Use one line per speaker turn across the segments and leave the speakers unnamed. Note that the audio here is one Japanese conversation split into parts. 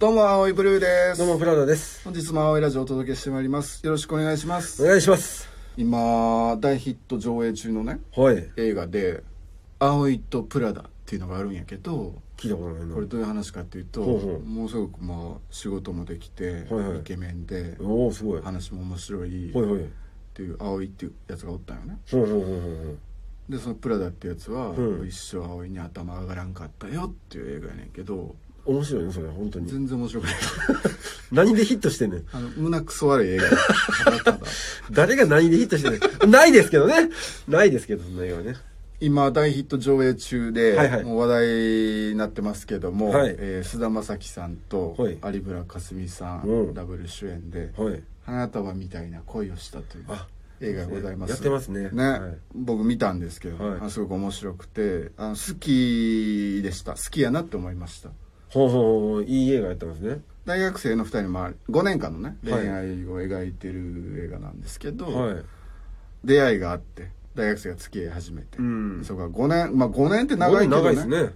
どうも、青いブルーです。
どうも、プラダです。
本日も青いラジオをお届けしてまいります。よろしくお願いしま
お
す。
願いします。
今、大ヒット上映中のね、
はい。
映画で、青いとプラダっていうのがあるんやけど、
聞いたことないな。
これどういう話かっていうと、
ほうほう
もうすごくまあ、仕事もできて、
はいはい
イケメンで、
おお、すごい。はい
話も面白い
はい。
っ
ほう
ていう青いっていうやつがおったんよね。
ほうほうほ
で、そのプラダってやつは、
うん
一生青いに頭上がらんかったよっていう映画やねんけど、
う。面白いね、それ、本当に。
全然面白くない。
何でヒットしてんねん。
あの、胸くそ悪い映画。ただただ
誰が何でヒットしてんねん。ないですけどね。ないですけど、そんな映画はね。
今大ヒット上映中で、
はいはい
もう話題になってますけども、
はい
えー菅田将暉さんと
はい
有村架純さん、
うん
ダブル主演で
はい。
「花束みたいな恋をした」という
あ
映画がございます
やってますねはい
僕見たんですけど、
はい
あすごく面白くてあの好きでした好きやなって思いました
ほうほうほう、いい映画やってますね。
大学生の2人の、まあ、5年間のね恋
はい
愛を描いてる映画なんですけど、
はい。
出会いがあって大学生が付き合い始めて、
うん
そこが5年まあ5年って長いけど
長いですね。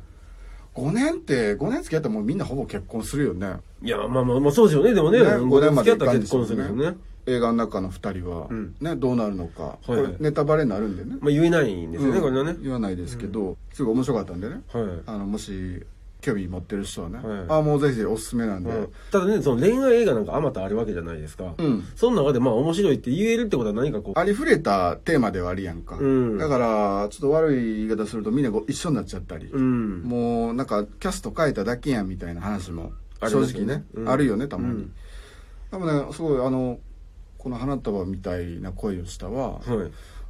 5年って5年付き合ったらもうみんなほぼ結婚するよね
いや、まあまあ、まあ、そうですよね。でもね、
ね
五年付き合った
五年ま
ら
で
結婚するよね。
映画の中の2人は、
うん
ね、どうなるのか、こ
はい
れネタバレになるんでね,、
まあ、言えないんですよね、
うん
これはね。
言わないですけど、すごい面白かったんでね、
はい。
あのもし興味持ってる人はね、
はい
あもうぜひおすすめなんで、
うんただね、その恋愛映画なんかあまたあるわけじゃないですか。
うん
その中でまあ面白いって言えるってことは何かこう、
ありふれたテーマではありやんか、
うん
だからちょっと悪い言い方するとみんなご一緒になっちゃったり、
うん。
もうなんかキャスト変えただけやんみたいな話も
あり
正
ますよ
直
ね
ね
うん
あるよねたまに、
うん
でもねすごいあのこの「花束みたいな恋をしたは」
はい。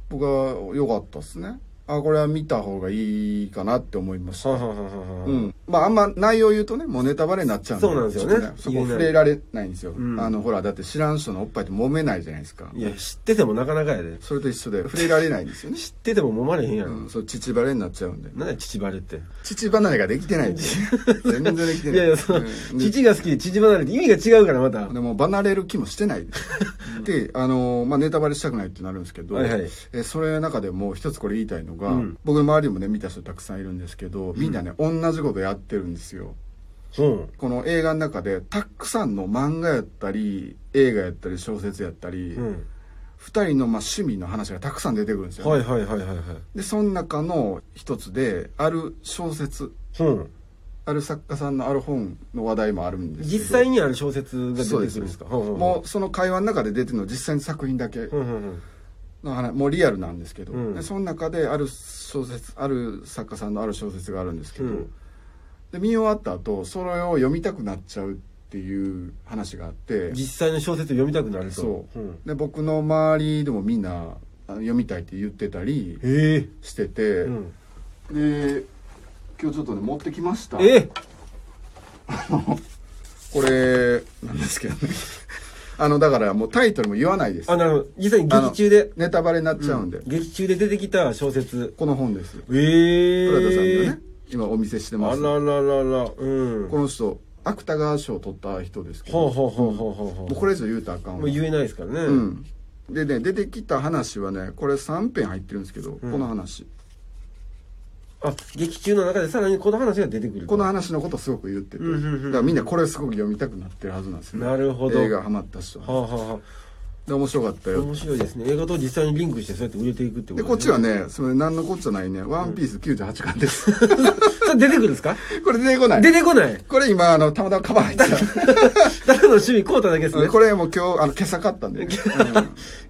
僕は良かったですねあこれは見た方がいいかなって思いまし
は
た
はははは。
うん、まああんま内容言うとねもうネタバレになっちゃうん
そうなんですよね
ちょっとそこ
言えない
触れられないんですよ、
うん
あのほらだって知らん人のおっぱいって揉めないじゃないですか
いや、知っててもなかなかやで。
それと一緒で触れられないんですよね、
知ってても揉まれへんやろ。、
うんん、そう乳バレになっちゃうんで
なんだ父バレって。
乳離れができてないんで全然できてない
いやいや、その、
うんで
父が好きで父離れって意味が違うからまた。
でも離れる気もして ないですで、あのーまあ、ネタバレしたくないってなるんですけど、
はいはい
えそれの中でも一つこれ言いたいのが、
うん
僕の周りにもね見た人たくさんいるんですけどみんなね、同じことやってるんですよ
うん。
この映画の中でたくさんの漫画やったり映画やったり小説やったり、
うん。
二人のまあ趣味の話がたくさん出てくるんですよね、
はいはいはいはいはい。
でその中の一つである小説
うん。
ある作家さんのある本の話題もあるんですけど
実際にある小説が出てくるんですか
そう
うんうん
もうその会話の中で出てるのは実際に作品だけ
うんうんうん。
の話もうリアルなんですけど、
うん
でその中である小説ある作家さんのある小説があるんですけど、
うん
で見終わった後それを読みたくなっちゃうっていう話があって
実際の小説を読みたくなると。
そう、
ん。
で僕の周りでもみんなあの読みたいって言ってたり
ええ。
してて、
うん。
で今日ちょっとね持ってきました
え
これなんですけどね あのだからもうタイトルも言わないです
あ、なるほど。実際に劇中で、
ネタバレになっちゃうんで、
劇中で出てきた小説。
この本です
ええ。
プラダさんにはね今お見せしてま
あ
す
らららら。うん。
この人芥川賞を取った人ですけど
ほうほうほうほうほうほ
もうこれ以上言うたらあかん
う。
わ
もう言えないですからね。
うんでね出てきた話はねこれ3編入ってるんですけど、
ん
この話
あ、劇中の中でさらにこの話が出てくる。
この話のことすごく言ってて、
うんうんうん
だからみんなこれすごく読みたくなってるはずなんですよね
なるほど
映画ハマった人は
はあ、はあは
で面白かった
あ、
よ
面白いですね映画と実際にリンクしてそうやって売れていくってこ
で
と
こっちはねそれ何のこっちゃないね「ワンピース98巻です、
それ出てくるんですか
これ出てこない
出てこない
これ今あのたまたまカバ ー入って
誰の趣味こうただけです
た
ね
これもう今日あの今朝買ったんで、うん